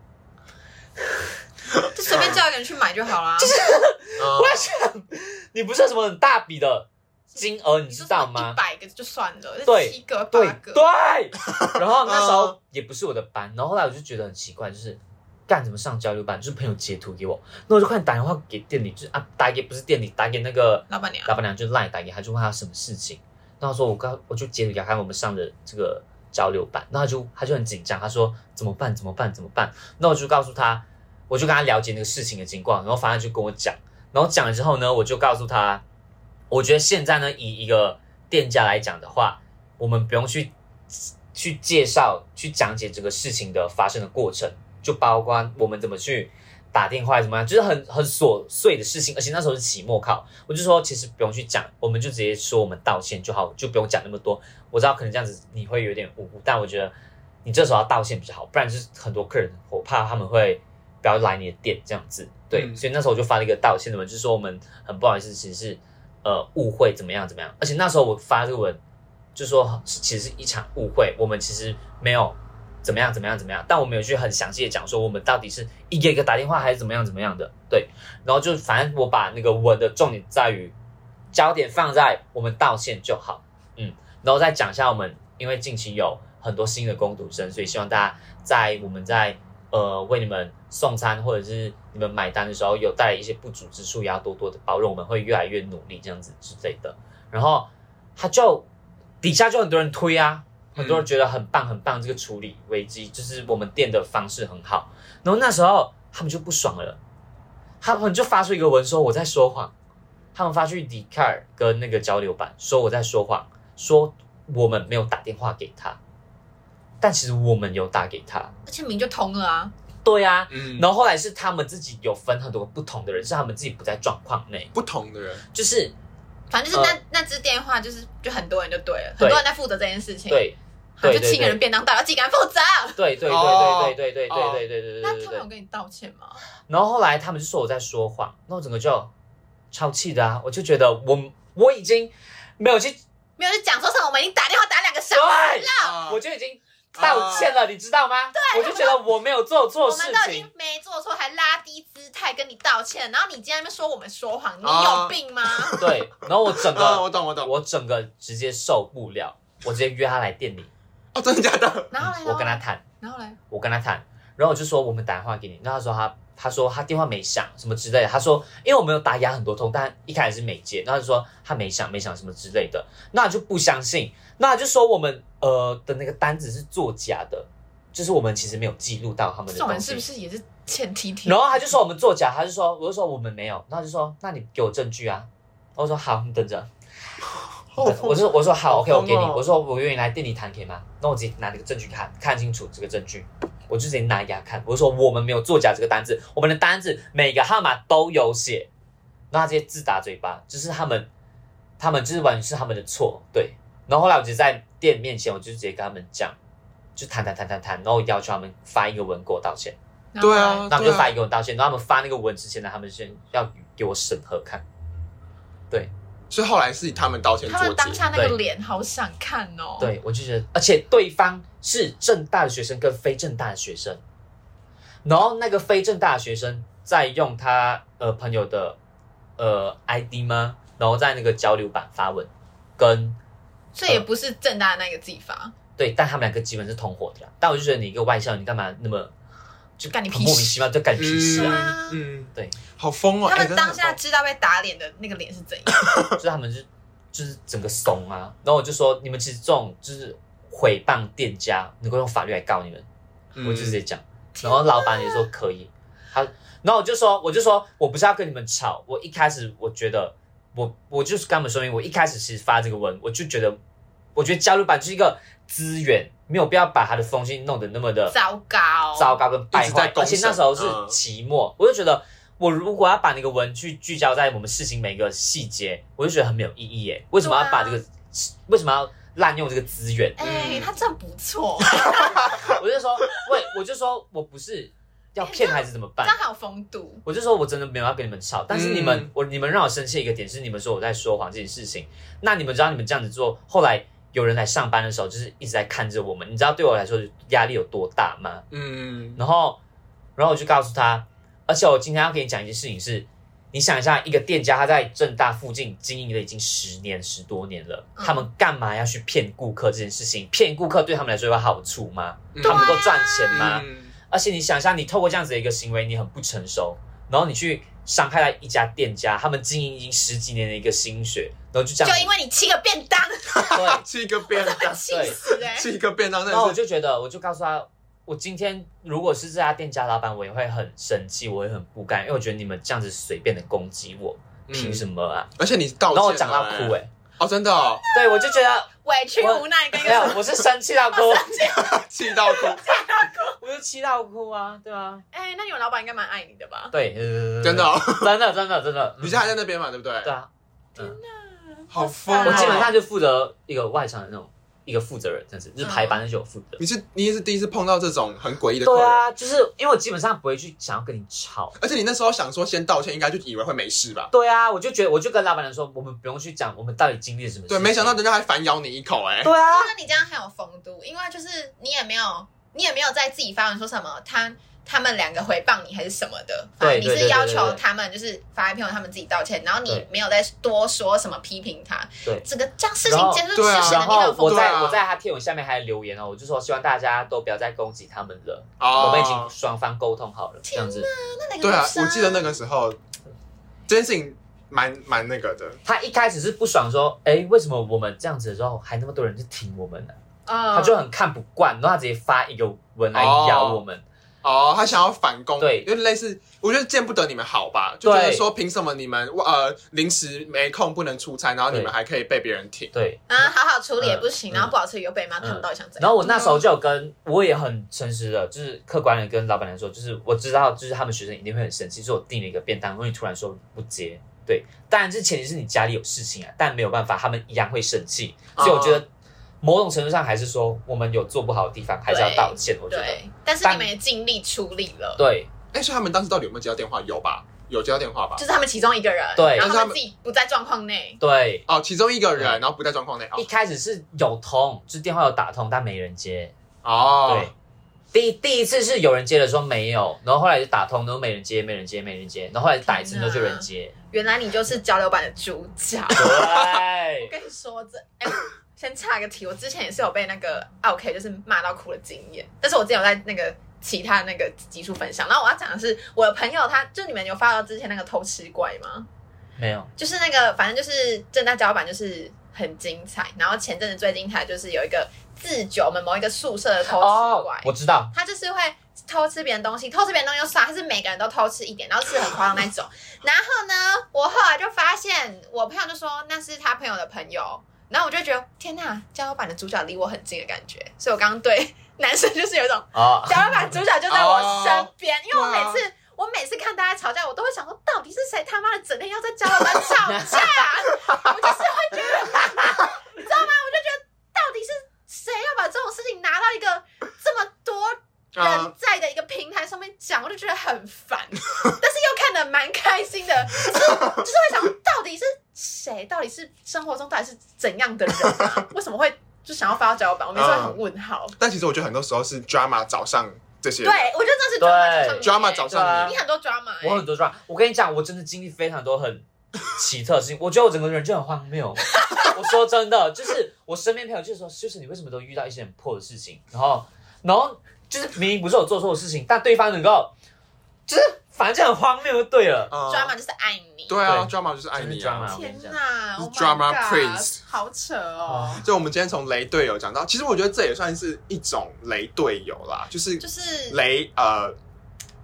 就随便叫一个人去买就好啦。就是啊嗯你不是有什么很大笔的金额， 你你知说道一吗？百个就算了，那对七个对啊八个，对，然后那时候嗯也不是我的班，然后后来我就觉得很奇怪，就是干怎么上交流班，就是朋友截图给我，那我就快点打电话给店里，就是啊打给不是店里，打给那个老板娘老板娘就赖打给他，就问他什么事情。然后他说我刚我就截图给他看我们上的这个交流版，然后他就他就很紧张，他说怎么办怎么办怎么办？那我就告诉他，我就跟他了解那个事情的情况，然后反正就跟我讲，然后讲了之后呢，我就告诉他，我觉得现在呢，以一个店家来讲的话，我们不用去去介绍、去讲解这个事情的发生的过程，就包括我们怎么去打电话怎么样，就是很很琐碎的事情。而且那时候是期末考，我就说其实不用去讲，我们就直接说我们道歉就好，就不用讲那么多。我知道可能这样子你会有点无辜，但我觉得你这时候要道歉比较好，不然就是很多客人我怕他们会不要来你的店这样子。对，嗯所以那时候我就发了一个道歉的文，就是说我们很不好意思，其实是呃误会怎么样怎么样。而且那时候我发这个文，就说其实是一场误会，我们其实没有怎么样怎么样怎么样，但我们有去很详细的讲说我们到底是一个一个打电话还是怎么样怎么样的，对，然后就反正我把那个文的重点在于焦点放在我们道歉就好，嗯，然后再讲一下我们因为近期有很多新的攻读生，所以希望大家在我们在呃为你们送餐或者是你们买单的时候有带来一些不足之处，也要多多的包容，我们会越来越努力这样子之类的，然后他就。底下就很多人推啊，很多人觉得很棒很棒，这个处理危机就是我们店的方式很好。然后那时候他们就不爽了，他们就发出一个文说我在说谎，他们发去迪卡尔跟那个交流版说我在说谎，说我们没有打电话给他，但其实我们有打给他。而且明就通了啊，对啊，嗯，然后后来是他们自己有分很多不同的人，是他们自己不在状况内，不同的人，就是反正就是那、那支电话就是就很多人就对了，呃对很多人在负责这件事情，对好，对就对七个人便当到底要几个人负责？对对对哦对对对对哦对对对对对那对他对们有。跟你道歉吗？然后后来他们就说我在说谎，那我整个就超气的啊！我就觉得我我已经没有去，没有，就讲说什么我们已经打电话打两个小时对，了，哦啊我就已经道歉了，你知道吗？对，我就觉得我没有做错我事们都已情经。没做错，还拉低姿态跟你道歉，然后你今天在那边说我们说谎，你哦有病吗？对，然后我整啊，我个懂我懂，我整个直接受不了，我直接约他来店里，哦，真的假的？然后嘞，我跟他然后嘞，谈，然后嘞，我跟他谈，然后我就说我们打电话给你，然后他说他他说他电话没响什么之类的，他说因为我们有打压很多通，但一开始是没接，然后就说他没响没响什么之类的，那就不相信，那就说我们呃的那个单子是作假的，就是我们其实没有记录到他们这的种东人是西不。是也是欠 T T？然后他就说我们作假，他就说我就说我们没有，然后他就说那你给我证据啊，我说好，你等着，哦好疯我说我说好好，OK，我给你，疯哦我说我愿意来店里谈可以吗？那我直接拿那个证据看看清楚这个证据，我就直接拿给他看，我就说我们没有作假这个单子，我们的单子每个号码都有写，那他直接自打嘴巴，就是他们他们就是完全是他们的错，对。然后后来我直接在店面前，我就直接跟他们讲，就谈谈谈谈谈，然后要求他们发一个文给我道歉，然后嘞对啊，那他们就对啊发一个文道歉，然后他们发那个文之前呢，他们先要给我审核看，所以后来是他们道歉他作们当结，下那个对脸好想看哦。，对，我就觉得，而且对方是正大的学生跟非正大的学生，然后那个非正大的学生在用他呃朋友的呃 ID 吗？然后在那个交流版发文，跟所以也不是正大的那个地方，对，但他们两个基本是同伙的啦。但我就觉得你一个外校，你干嘛那么就干你屁很莫名事其妙就干你屁事啊？啊嗯，对，好疯哦！他哎们当下，真的很知道被打脸的那个脸是怎样？就是他们是就是整个怂啊。然后我就说，你们其实这种就是毁谤店家，能够用法律来告你们。疯我就嗯直接讲，天然后老板也说可以，他，然后我就说，我就说我不是要跟你们吵，我一开始我觉得，我我就是跟他们说明，我一开始其实发这个文，我就觉得，我觉得加入版就是一个资源，没有必要把他的风气弄得那么的糟糕，糟糕跟败一直在坏，公而且那时候是审嗯期末，我就觉得我如果要把那个文去聚焦在我们事情每个细节，我就觉得很没有意义耶，为什么要把这啊个，为什么要滥用这个资源？哎、嗯他真不错， 我就说，喂，我就说我不是要骗孩子怎么这办样？很有风度。我就说我真的没有要跟你们吵，但是你们、嗯我你们让我生气的一个点是你们说我在说谎这件事情，那你们知道你们这样子做，后来有人来上班的时候就是一直在看着我们，你知道对我来说压力有多大吗？嗯，然后，然后我就告诉他，而且我今天要跟你讲一件事情是，你想一下，一个店家他在正大附近经营了已经十年十多年了，嗯他们干嘛要去骗顾客这件事情？骗顾客对他们来说有好处吗？嗯他们能够赚钱吗？嗯而且你想一下，你透过这样子的一个行为，你很不成熟，然后你去伤害了一家店家，他们经营已经十几年的一个心血，然后就这样啊就子，因为你七个便当，对，吃一个便 当，气死哎、吃一个便当，真然后我的是就觉得，我就告诉他，我今天如果是这家店家老板，我也会很生气，我也很不甘，因为我觉得你们这样子随便的攻击我，凭什么？么啊？而且你道嗯歉，然后我讲到哭、哎，哎，哦，真的哦，对我就 觉得委屈我无奈跟一没有个，我是生气到哭，气到 哭，我就气到哭啊，对啊，哎、那你们老板应该蛮爱你的吧？对，呃真的哦，真的，真的，真的，嗯你现在还在那边嘛，对不对？对啊，好疯哦，我对基本上就负责一个外场的那种一个负责人，真是就是排班就有负责人。你是你也是第一次碰到这种很诡异嗯的客对人，啊，就是因为我基本上不会去想要跟你吵。而且你那时候想说先道歉，应该就以为会没事吧？对啊，我就觉得我就跟老板娘说，我们不用去讲我们到底经历了什么事情。对，没想到人家还反咬你一口、哎，对啊，那你这样很有风度，因为就是你也没有，你也没有在自己发文说什么他他们两个回谤你还是什么的，反正对你对是对要对求对他们就是发一篇文他们自己道歉，然后你对没有再多说什么批评他，对整个这样事然情后结束对啊是显然得你很后有风我度。在对啊我在他贴文下面还留言哦，我就说希望大家都不要再攻击他们了，哦我们已经双方沟通好了，这样子。那那个对啊女，生我记得那个时候这件事情蛮蛮那个的，他一开始是不爽说，哎，为什么我们这样子的时候还那么多人去挺我们呢、嗯他就很看不惯，然后他直接发一个文来哦咬我们。哦，他想要反攻，对有点类似，我觉得见不得你们好吧，就觉得对说凭什么你们呃临时没空不能出差，然后你们对还可以被别人挺，对，啊，好好处理也不嗯行，嗯然后不好处理又被骂，他们嗯到底想怎然样？后我那时候就有跟我也很诚实的，就是客观的跟老板娘说，就是我知道，就是他们学生一定会很生气，所以我订了一个便当，如果你突然说不接，对，当然这前提是你家里有事情啊，但没有办法，他们一样会生气，所以我觉得某种程度上还是说我们有做不好的地方，还是要道歉，我觉得对，但是但你们也尽力处理了，对哎、所以他们当时到底有没有接到电话？有吧，有接到电话吧就？是他们其中一个人，对然后他但是他们们自己不在状况内，对，哦，其中一个人，嗯然后不在状况内，一哦，开始是有通，就是电话有打通，但没人接，哦对，，第第一次是有人接的时候没有，然后后来就打通，然后没人接，没人接，没人接，然后后来打一次天之后哪就有人接。原来你就是交流版的主角。我 对，跟你说，这哎、先岔个题，我之前也是有被那个 OK 就是骂到哭的经验，但是我之前有在那个其他那个集数分享。然后我要讲的是，我的朋友他就你们有发到之前那个偷吃怪吗？ 没有，就是那个反正就是正大交流版就是很精彩，然后前阵子最精彩就是有一个自酒我们某一个宿舍的偷吃怪，哦我知道，他就是会偷吃别人东西，偷吃别人东西就算，他是每个人都偷吃一点，然后吃很夸张那种。然后呢，我后来就发现，我朋友就说那是他朋友的朋友，然后我就觉得天呐，交友版的主角离我很近的感觉，所以我刚刚对男生就是有一种哦，交友版主角就在我身边，因为我每次。我每次看大家吵架，我都会想说，到底是谁他妈的整天要在交友版吵架？我就是会觉得，你知道吗？我就觉得，到底是谁要把这种事情拿到一个这么多人啊，在的一个平台上面讲，我就觉得很烦，但是又看得蛮开心的，就是就是会想到底是谁，到底是生活中到底是怎样的人啊？为什么会就想要发到交友版？我每次会很问号。但其实我觉得很多时候是 drama 找上这些对，我觉得真的是 drama 对找上你 drama 欸找对啊上你你，很多 drama，欸我很多状，我跟你讲，我真的经历非常多很奇特的事情， 我觉得我整个人就很荒谬。 我说真的，就是我身边朋友就是说，就是你为什么都遇到一些很破的事情，然后，然后就是明明不是我做错的事情，但对方能够，就是反正就很荒谬就对了。嗯 drama 就是爱你。对啊对，drama 就是爱你就是啊 drama。天哪就是，Oh my drama God， prince 好扯哦哦，就我们今天从雷队友讲到，其实我觉得这也算是一种雷队友啦，就是就是雷呃，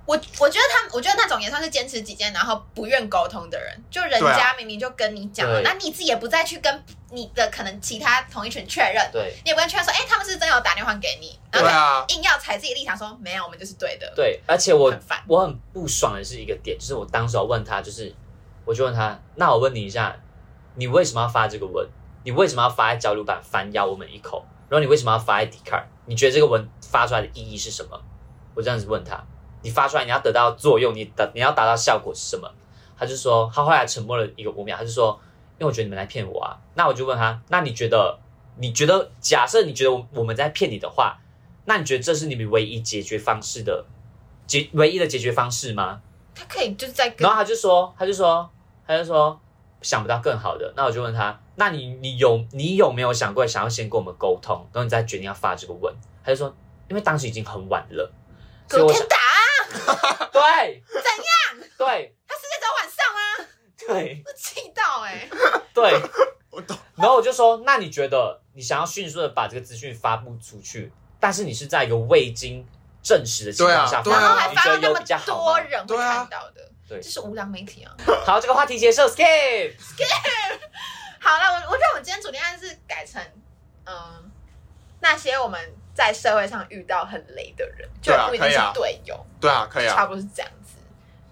我我觉得他，我觉得那种也算是坚持己见，然后不愿沟通的人，就人对啊家明明就跟你讲了，对那你自己也不再去跟你的可能其他同一群确认，对你也不会确认说，哎、他们是真的有打电话给你，对然后就啊，硬要踩自己的立场说没有，我们就是对的，对，而且我很烦。我很不爽的是一个点，就是我当时我问他，就是我就问他，那我问你一下，你为什么要发这个文？你为什么要发在交流版反咬我们一口？然后你为什么要发在 d c a r 你觉得这个文发出来的意义是什么？我这样子问他，你发出来你要得到作用，你的你要达到效果是什么？他就说，他后来沉默了一个五秒，他就说，因为我觉得你们在骗我啊。那我就问他，那你觉得，你觉得，假设你觉得我我们在骗你的话，那你觉得这是你们唯一解决方式的解唯一的解决方式吗？他可以就是在跟然后他就说，他就说，他就说想不到更好的。那我就问他，那你你有你有没有想过想要先跟我们沟通，然后你再决定要发这个文？他就说，因为当时已经很晚了，所以隔我想天打啊，对怎样对他时间只有晚上啊，对我气到哎、对， 我懂。然后我就说，那你觉得你想要迅速的把这个资讯发布出去，但是你是在一个未经证实的情况下对啊然后发还布，你发觉到得那有么比较好多吗？人会对啊看到的，对这是无良媒体啊。好，这个话题结束，skip。好了，我我觉得我们今天主题案是改成，嗯、那些我们在社会上遇到很雷的人，就对啊不一定是可以啊队友，对啊，可以差啊，不多是这样子。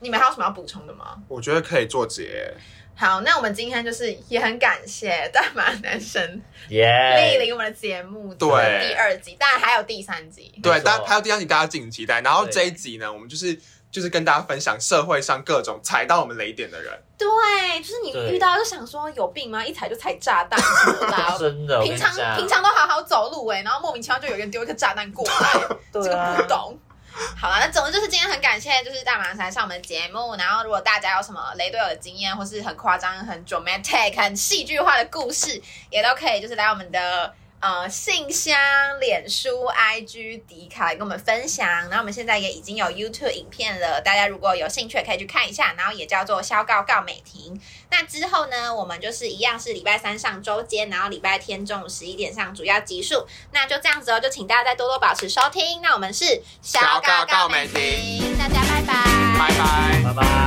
你们还有什么要补充的吗？我觉得可以做结。好，那我们今天就是也很感谢大马 男神哎莅耶！临我们的节目，对这是第二集，当然还有第三集。对没，错但还有第三集大家敬期待。然后对这一集呢，我们就是就是跟大家分享社会上各种踩到我们雷点的人。对，就是你对遇到就想说有病吗？一踩就踩炸弹，什么啊啦真的，我平跟你常讲平常都好好走路哎、然后莫名其妙就有人丢一个炸弹过来，这 对个啊不懂。好了，那总之就是今天很感谢就是大马来上我们的节目，然后如果大家有什么雷队友的经验，或是很夸张、很 dramatic、很戏剧化的故事，也都可以就是来我们的呃信箱、脸书、IG、迪卡来跟我们分享。然后我们现在也已经有 YouTube 影片了，大家如果有兴趣也可以去看一下，然后也叫做消告告美婷。那之后呢，我们就是一样是礼拜三上周间，然后礼拜天中午十一点上主要集数。那就这样子哦，就请大家再多多保持收听。那我们是小告告美婷，大家拜拜拜拜。拜拜。